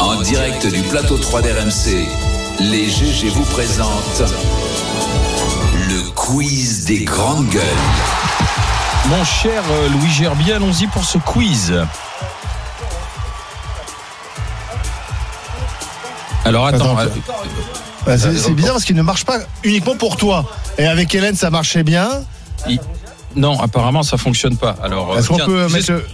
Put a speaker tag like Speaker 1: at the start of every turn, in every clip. Speaker 1: En direct du plateau 3 d'RMC, les GG vous présentent le quiz des grandes gueules.
Speaker 2: Mon cher euh, Louis Gerbier, allons-y pour ce quiz. Alors attends,
Speaker 3: Attends,
Speaker 2: euh,
Speaker 3: Bah, c'est c'est bizarre parce qu'il ne marche pas uniquement pour toi. Et avec Hélène, ça marchait bien.
Speaker 2: euh, il- non, apparemment ça fonctionne pas. Alors, euh,
Speaker 3: Est-ce qu'on
Speaker 2: tiens,
Speaker 3: peut
Speaker 2: je-
Speaker 3: mettre le-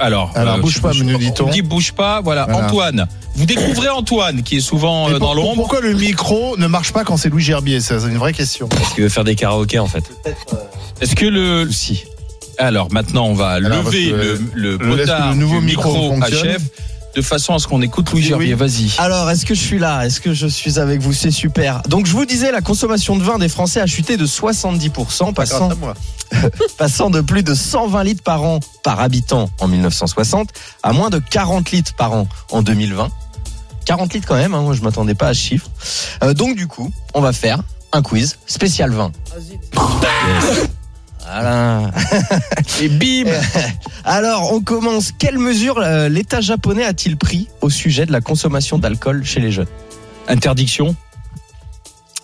Speaker 2: alors,
Speaker 3: Alors, bouge
Speaker 2: Euh, je-
Speaker 3: pas,
Speaker 2: je-
Speaker 3: nous
Speaker 2: on
Speaker 3: dit-on.
Speaker 2: dit bouge pas. Voilà,
Speaker 3: Voilà.
Speaker 2: Antoine. Vous découvrez Antoine qui est souvent
Speaker 3: Et
Speaker 2: euh,
Speaker 3: pour-
Speaker 2: dans l'ombre.
Speaker 3: Pourquoi le micro ne marche pas quand c'est Louis Gerbier Ça, C'est une vraie question.
Speaker 4: Parce qu'il veut faire des karaokés en fait.
Speaker 2: Est-ce que le
Speaker 4: Si.
Speaker 2: alors maintenant on va
Speaker 3: Alors, parce
Speaker 2: lever
Speaker 3: que
Speaker 2: le, le
Speaker 3: je laisse
Speaker 2: potard
Speaker 3: le nouveau
Speaker 2: du
Speaker 3: micro
Speaker 2: micro à
Speaker 3: fonctionne. Eh
Speaker 2: chef de façon à ce qu'on écoute Louis
Speaker 3: Oui, Ah
Speaker 2: Gerbier.
Speaker 3: oui.
Speaker 2: Vas-y.
Speaker 4: Alors, est-ce que je suis là Est-ce que je suis avec vous C'est super. Donc, je vous disais, la consommation de vin des Français a chuté de 70%, passant,
Speaker 3: moi.
Speaker 4: passant de plus de 120 litres par an par habitant en 1960 à moins de 40 litres par an en 2020. 40 litres quand même, hein, moi, je m'attendais pas à ce chiffre. Euh, donc, du coup, on va faire un quiz spécial vin. Voilà.
Speaker 2: Et bim.
Speaker 4: Alors, on commence. Quelle mesure euh, l'État japonais a-t-il pris au sujet de la consommation d'alcool chez les jeunes
Speaker 2: Interdiction.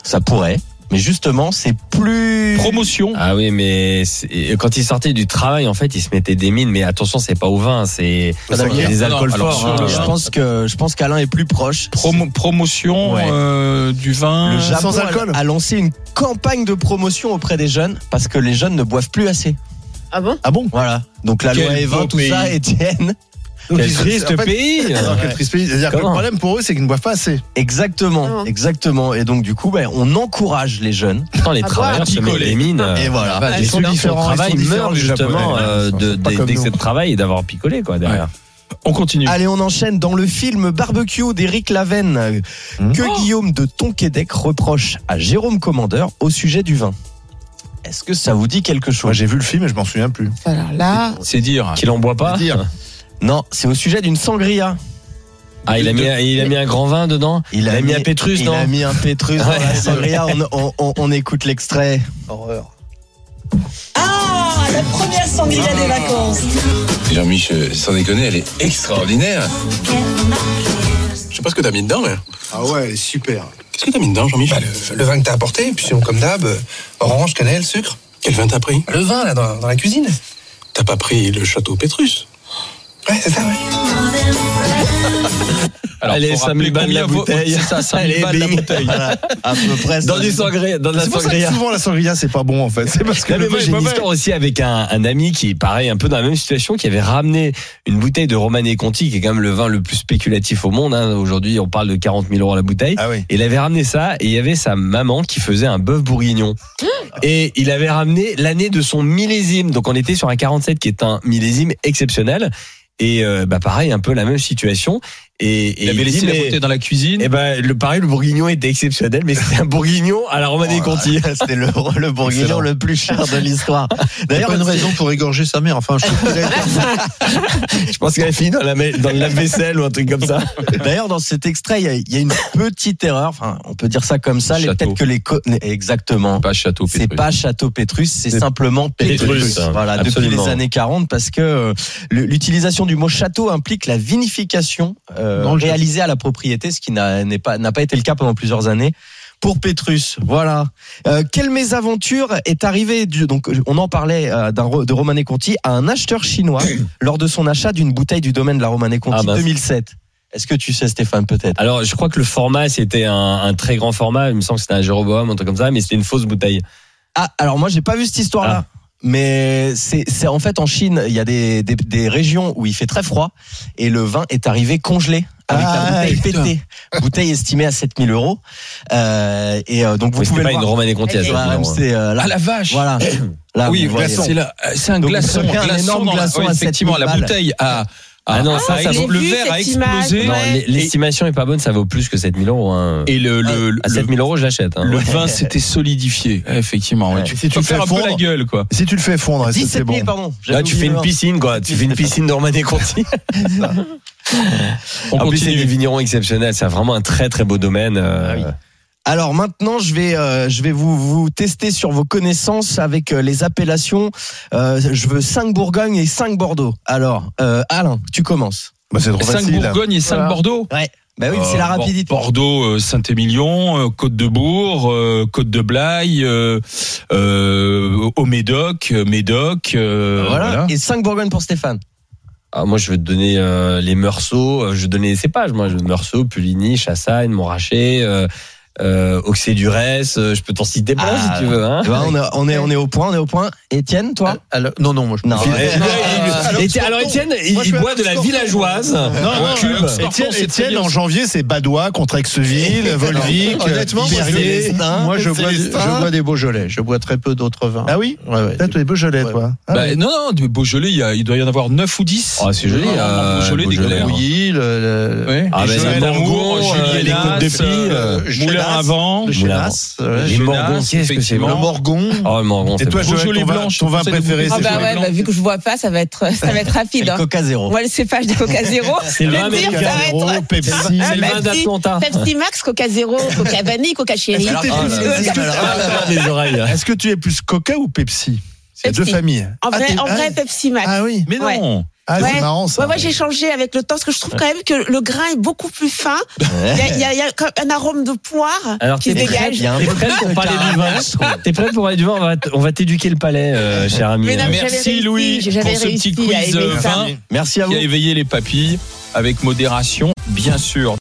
Speaker 4: Ça pourrait, mais justement, c'est plus.
Speaker 2: Promotion.
Speaker 5: Ah oui, mais c'est- quand il sortait du travail, en fait, il se mettait des mines. Mais attention, c'est pas au vin, c'est
Speaker 3: Ah,
Speaker 5: il y a
Speaker 3: d'accord.
Speaker 5: des alcools
Speaker 2: Non, non, alors,
Speaker 5: forts.
Speaker 2: sur
Speaker 5: hein.
Speaker 2: le
Speaker 4: Je
Speaker 2: vin.
Speaker 4: pense que je pense qu'Alain est plus proche.
Speaker 2: Promo- promotion
Speaker 4: Ouais.
Speaker 2: euh, du vin.
Speaker 4: Le Japon
Speaker 3: Sans
Speaker 4: a-
Speaker 3: alcool
Speaker 4: a lancé une campagne de promotion auprès des jeunes parce que les jeunes ne boivent plus assez.
Speaker 6: Ah bon
Speaker 3: Ah bon
Speaker 4: Voilà. Donc la
Speaker 2: Quel
Speaker 4: loi
Speaker 2: beau
Speaker 4: Evin, tout
Speaker 2: pays.
Speaker 4: ça, Étienne.
Speaker 5: Quel
Speaker 3: Ils-
Speaker 5: triste
Speaker 3: en fait-
Speaker 5: pays
Speaker 3: Alors, quel triste pays. C'est-à-dire que le
Speaker 5: Comment
Speaker 3: problème pour eux, c'est qu'ils ne boivent pas assez.
Speaker 4: Exactement,
Speaker 6: Ah.
Speaker 4: exactement. Et donc du coup, ben, on encourage les jeunes.
Speaker 5: Putain, les
Speaker 6: Ah,
Speaker 5: travailleurs se mettent
Speaker 2: picoler.
Speaker 5: des mines.
Speaker 4: Et voilà.
Speaker 5: Bah,
Speaker 3: Ils
Speaker 5: les
Speaker 3: sont
Speaker 5: gens qui sont au
Speaker 3: différents,
Speaker 5: travail
Speaker 3: ils sont différents,
Speaker 5: meurent
Speaker 3: les
Speaker 5: justement
Speaker 3: Japonais.
Speaker 5: euh,
Speaker 3: Ils sont
Speaker 5: de-
Speaker 3: pas
Speaker 5: de-
Speaker 3: comme
Speaker 5: d'excès
Speaker 3: nous.
Speaker 5: de travail et d'avoir picolé quoi derrière.
Speaker 2: On continue.
Speaker 4: Allez, on enchaîne dans le film Barbecue d'Éric Lavenne euh,
Speaker 2: Mmh.
Speaker 3: Hmm.
Speaker 2: Oh
Speaker 4: que Guillaume de Tonquédec reproche à Jérôme Commandeur au sujet du vin. Est-ce que ça vous dit quelque
Speaker 3: Moi,
Speaker 4: chose
Speaker 3: j'ai vu le film et je m'en souviens plus.
Speaker 6: Alors là,
Speaker 2: C'est dire.
Speaker 5: Qu'il en boit pas
Speaker 3: Dire.
Speaker 4: Non, c'est au sujet d'une sangria.
Speaker 5: Ah, il a mis, il a mis un grand vin dedans Il a mis un Pétrus,
Speaker 4: il
Speaker 5: non
Speaker 4: a mis un Pétrus dans la sangria. On, on- on- on écoute l'extrait.
Speaker 7: Ah, la première sangria des vacances.
Speaker 1: Jean-Mich, euh, sans déconner, elle est extraordinaire.
Speaker 8: Je sais pas ce que t'as mis dedans, mais.
Speaker 9: Ah ouais, elle est super.
Speaker 8: Qu'est-ce que t'as mis dedans, Jean-Michel
Speaker 9: Bah, le, le vin que t'as apporté, puis sinon, comme d'hab, euh, orange, cannelle, sucre.
Speaker 8: Quel vin t'as pris
Speaker 9: Le vin, là, dans, dans la cuisine.
Speaker 8: T'as pas pris le château Pétrus
Speaker 9: Ouais, c'est ça, ouais.
Speaker 6: Ah
Speaker 2: Alors,
Speaker 5: Allez,
Speaker 2: faut
Speaker 5: ça
Speaker 2: rappeler
Speaker 5: me balles
Speaker 2: combien
Speaker 5: la
Speaker 2: vaut-
Speaker 5: bouteille.
Speaker 2: C'est ça, ça me
Speaker 5: Allez,
Speaker 2: balles la
Speaker 5: bing.
Speaker 2: bouteille.
Speaker 4: Voilà, à peu près.
Speaker 5: Dans
Speaker 4: ça.
Speaker 5: du sangria, dans de la
Speaker 3: C'est pour ça que
Speaker 5: sangria.
Speaker 3: souvent la sangria, c'est pas bon en fait. C'est parce que
Speaker 5: Non, mais
Speaker 3: le
Speaker 5: moi,
Speaker 3: vin est
Speaker 5: j'ai une
Speaker 3: mauvais.
Speaker 5: histoire aussi avec un, un ami qui est pareil, un peu dans la même situation, qui avait ramené une bouteille de Romanée Conti, qui est quand même le vin le plus spéculatif au monde. hein. Aujourd'hui, on parle de 40 000 euros la bouteille.
Speaker 3: Ah oui.
Speaker 5: Et il avait ramené ça, et il y avait sa maman qui faisait un bœuf bourguignon. Et il avait ramené l'année de son millésime. Donc on était sur un 47 qui est un millésime exceptionnel. Et euh, bah pareil, un peu la même situation. Et, et
Speaker 2: Il avait
Speaker 5: dit,
Speaker 2: laissé la
Speaker 5: mais-
Speaker 2: bouteille dans la cuisine.
Speaker 5: eh ben, le pareil, le bourguignon était exceptionnel, mais c'était un bourguignon à la Romanée Conti.
Speaker 4: C'était le, le bourguignon
Speaker 3: Excellent.
Speaker 4: le plus cher de l'histoire. D'ailleurs,
Speaker 3: pour égorger sa mère. Enfin, je
Speaker 5: Je pense qu'elle a fini dans la, ma- dans le lave-vaisselle ou un truc comme ça.
Speaker 4: D'ailleurs, dans cet extrait, il y a- il y, a une petite erreur. Enfin, on peut dire ça comme ça. les-
Speaker 2: Château.
Speaker 4: Peut-être que les co- exactement.
Speaker 2: Pas château
Speaker 4: C'est
Speaker 2: Pétrus.
Speaker 4: pas Château Pétrus, c'est simplement Pétrus.
Speaker 5: Pétrus, hein,
Speaker 4: Voilà, depuis
Speaker 5: absolument.
Speaker 4: les années 40, parce que euh, le- l'utilisation du mot château implique la vinification euh,
Speaker 3: Dans le château.
Speaker 4: réalisée à la propriété, ce qui n'a n'est pas, n'a pas été le cas pendant plusieurs années. Pour Pétrus, voilà. Euh, quelle mésaventure est arrivée du, donc on en parlait euh, d'un ro- de Romané Conti à un acheteur chinois lors de son achat d'une bouteille du domaine de la Romané Conti
Speaker 5: Ah, mince.
Speaker 4: 2007. Est-ce que tu sais Stéphane peut-être
Speaker 5: Alors, je crois que le format, c'était un, un très grand format. Il me semble que c'était un Jéroboam, un truc comme ça, mais c'était une fausse bouteille.
Speaker 4: Ah, alors moi, j'ai pas vu cette histoire-là. Mais c'est c'est- en fait en Chine, il y a des, des, des régions où il fait très froid et le vin est arrivé congelé avec
Speaker 3: Ah,
Speaker 4: la bouteille
Speaker 3: putain.
Speaker 4: pétée. Bouteille estimée à 7000 euros. Euh, et euh, donc vous
Speaker 5: Mais c'était
Speaker 4: pouvez
Speaker 5: pas
Speaker 4: le
Speaker 5: une
Speaker 4: voir.
Speaker 5: Romanée Conti à
Speaker 4: Sur
Speaker 5: 7 000 euros.
Speaker 4: RMC, euh, là.
Speaker 2: Ah la vache.
Speaker 4: voilà. Là,
Speaker 2: oui,
Speaker 4: vous voyez.
Speaker 2: glaçon. C'est la- c'est un
Speaker 4: Donc,
Speaker 2: glaçon.
Speaker 4: vous prenez un énorme
Speaker 2: dans la-
Speaker 4: glaçon
Speaker 2: ouais,
Speaker 4: à
Speaker 2: effectivement,
Speaker 4: 7000
Speaker 2: la
Speaker 4: balles.
Speaker 2: bouteille a.
Speaker 5: Ah non, ça,
Speaker 2: a
Speaker 5: ça
Speaker 2: explo-
Speaker 5: vaut-
Speaker 2: le
Speaker 6: Je l'ai
Speaker 2: verre a
Speaker 6: vu, cette image.
Speaker 2: explosé.
Speaker 5: Non,
Speaker 6: Ouais.
Speaker 5: l'es- l'estimation est pas bonne, ça vaut plus que 7000 euros. hein.
Speaker 2: Et le, le, le,
Speaker 5: à 7000 euros, je l'achète.
Speaker 4: Ah.
Speaker 5: hein.
Speaker 2: le vin s'était solidifié. Eh, Effectivement. ouais.
Speaker 4: Ouais.
Speaker 2: Tu
Speaker 3: Si tu
Speaker 2: peux
Speaker 3: le
Speaker 2: faire
Speaker 3: fais
Speaker 2: un peu la
Speaker 3: fondre.
Speaker 2: gueule, quoi.
Speaker 3: Si tu le fais fondre, c'est-
Speaker 4: 17
Speaker 3: c'est
Speaker 4: 000,
Speaker 3: bon.
Speaker 4: pardon.
Speaker 5: Là,
Speaker 4: J'avais
Speaker 5: Ah, tu
Speaker 4: oublié hein.
Speaker 5: fais
Speaker 4: le
Speaker 5: une
Speaker 4: nom.
Speaker 5: piscine, quoi. Tu fais une piscine de Romanée Conti.
Speaker 2: On
Speaker 5: en plus, c'est des
Speaker 2: continue.
Speaker 5: vignerons exceptionnels. C'est vraiment un très, très beau domaine. euh,
Speaker 4: Ah oui. Alors maintenant, je vais, euh, je vais vous, vous tester sur vos connaissances avec euh, les appellations. Euh, je veux 5 Bourgogne et 5 Bordeaux. Alors, euh, Alain, tu commences.
Speaker 3: Bah, c'est trop
Speaker 2: 5
Speaker 3: facile.
Speaker 2: Bourgogne et 5
Speaker 4: Voilà.
Speaker 2: Bordeaux.
Speaker 4: Ouais. Bah oui, mais c'est
Speaker 2: Euh,
Speaker 4: la
Speaker 2: Bor-
Speaker 4: rapidité.
Speaker 2: Bordeaux, euh, Saint-Émilion, euh, Côte-de-Bourg, euh, Côte-de-Blaye, euh, euh, au Médoc, euh, Médoc. euh,
Speaker 4: Bah, voilà.
Speaker 2: voilà.
Speaker 4: Et 5 Bourgogne pour Stéphane.
Speaker 5: Ah, moi, je veux te donner euh, les Meursault, euh, je veux te donner les cépages. Moi, je Meursault, Puligny, Chassagne, Montrachet, euh, euh, Auxey-Durès, euh, je peux t'en citer plein
Speaker 4: Ah,
Speaker 5: si tu veux. Hein.
Speaker 4: Tu vois, on, est- on est, on est au point, on est au point. Étienne, toi
Speaker 9: Ah, Alors- non, non, moi je
Speaker 4: Non.
Speaker 9: préfère-
Speaker 5: Et-
Speaker 9: Alors,
Speaker 5: et- et- alors, Étienne, il,
Speaker 9: Moi, je
Speaker 5: il
Speaker 9: suis un
Speaker 5: boit de la
Speaker 9: scorpion.
Speaker 5: villageoise.
Speaker 3: non,
Speaker 2: Un cube.
Speaker 3: Étienne,
Speaker 2: Scorpion, c'est très
Speaker 3: Étienne,
Speaker 2: bien.
Speaker 3: en janvier, c'est Badois contre Aixeville, Volvic,
Speaker 9: Honnêtement, moi,
Speaker 3: Berrier.
Speaker 9: c'est- moi je bois, des- je bois des Beaujolais, je bois très peu d'autres vins.
Speaker 3: Ah oui
Speaker 9: Ouais, ouais.
Speaker 3: Peut-être les Beaujolais,
Speaker 9: Ouais.
Speaker 3: toi. Ah
Speaker 2: Bah,
Speaker 3: oui.
Speaker 2: non, non, du Beaujolais, il, y a- il doit y en avoir 9 ou 10.
Speaker 5: Ah, c'est joli,
Speaker 2: En
Speaker 5: euh,
Speaker 2: Beaujolais, des
Speaker 5: Beaujolais,
Speaker 2: galères.
Speaker 5: oui.
Speaker 9: Bouilly, le- le-
Speaker 2: Ouais.
Speaker 5: Ah,
Speaker 2: Et
Speaker 5: ben,
Speaker 2: Joël
Speaker 5: les Bourgons,
Speaker 2: Amour,
Speaker 5: euh,
Speaker 2: bah, Julien
Speaker 5: les Côtes
Speaker 2: Nas,
Speaker 5: des Filles,
Speaker 2: euh,
Speaker 9: euh, Joël
Speaker 2: Moulin
Speaker 9: Nas,
Speaker 2: avant.
Speaker 9: le
Speaker 5: Moulin.
Speaker 9: Chenas, ouais.
Speaker 5: Les
Speaker 2: Chenas,
Speaker 5: Morgons, qu'est-ce que c'est
Speaker 9: le
Speaker 2: effectivement.
Speaker 5: bon
Speaker 9: Morgon.
Speaker 5: Oh, le Morgon,
Speaker 3: Et
Speaker 5: c'est
Speaker 3: toi,
Speaker 5: bon.
Speaker 2: bon.
Speaker 3: Joël,
Speaker 2: Beaujolais
Speaker 3: ton vin,
Speaker 2: blanche,
Speaker 3: ton vin
Speaker 2: c'est
Speaker 3: préféré,
Speaker 2: le
Speaker 6: Ah
Speaker 3: c'est
Speaker 6: bah
Speaker 2: Joël
Speaker 6: ouais,
Speaker 2: Blanc.
Speaker 6: bah vu que je vois pas, ça va être, ça va être
Speaker 4: C'est
Speaker 6: rapide.
Speaker 4: le
Speaker 6: hein.
Speaker 4: Coca Zéro.
Speaker 6: Moi, le cépage du Coca Zéro.
Speaker 5: C'est le
Speaker 6: le
Speaker 5: vin
Speaker 3: Ah,
Speaker 6: dire,
Speaker 5: américain.
Speaker 6: ça va être.
Speaker 3: Zéro, Pepsi.
Speaker 5: C'est le vin
Speaker 6: Pepsi-
Speaker 5: d'Atlanta.
Speaker 6: Pepsi Max, Coca Zéro, Coca Vanille, Coca Chéri.
Speaker 4: Alors,
Speaker 6: Euh,
Speaker 4: ah, là, là, là, là.
Speaker 5: Ah, ça va des oreilles.
Speaker 3: Est-ce que tu es plus Coca ou Pepsi C'est
Speaker 6: Pepsi.
Speaker 3: deux familles.
Speaker 6: En vrai,
Speaker 3: Ah, t'es-
Speaker 6: en vrai,
Speaker 3: ah,
Speaker 6: Pepsi Max.
Speaker 3: Ah oui.
Speaker 2: Mais non.
Speaker 3: Ah, c'est
Speaker 6: Ouais.
Speaker 3: marrant ça.
Speaker 6: Ouais, ouais, j'ai changé avec le temps parce que je trouve quand même que le grain est beaucoup plus fin. Il y a, il y a- il y a quand même un arôme de poire
Speaker 5: Alors,
Speaker 6: qui se
Speaker 5: t'es
Speaker 6: dégage.
Speaker 4: Il y a un
Speaker 5: T'es
Speaker 4: peu
Speaker 5: prêt pour parler du vin T'es prêt pour parler du vin On va t- On va t'éduquer le palais, euh, cher ami.
Speaker 6: Mais non, mais j'avais
Speaker 2: Merci
Speaker 6: réussi,
Speaker 2: Louis
Speaker 6: j'avais
Speaker 2: pour ce
Speaker 6: réussi
Speaker 2: petit
Speaker 6: à
Speaker 2: quiz
Speaker 6: aimer
Speaker 2: euh,
Speaker 6: ça.
Speaker 2: vin
Speaker 4: Merci à
Speaker 2: qui
Speaker 4: vous.
Speaker 2: a éveillé les papilles avec modération, bien sûr.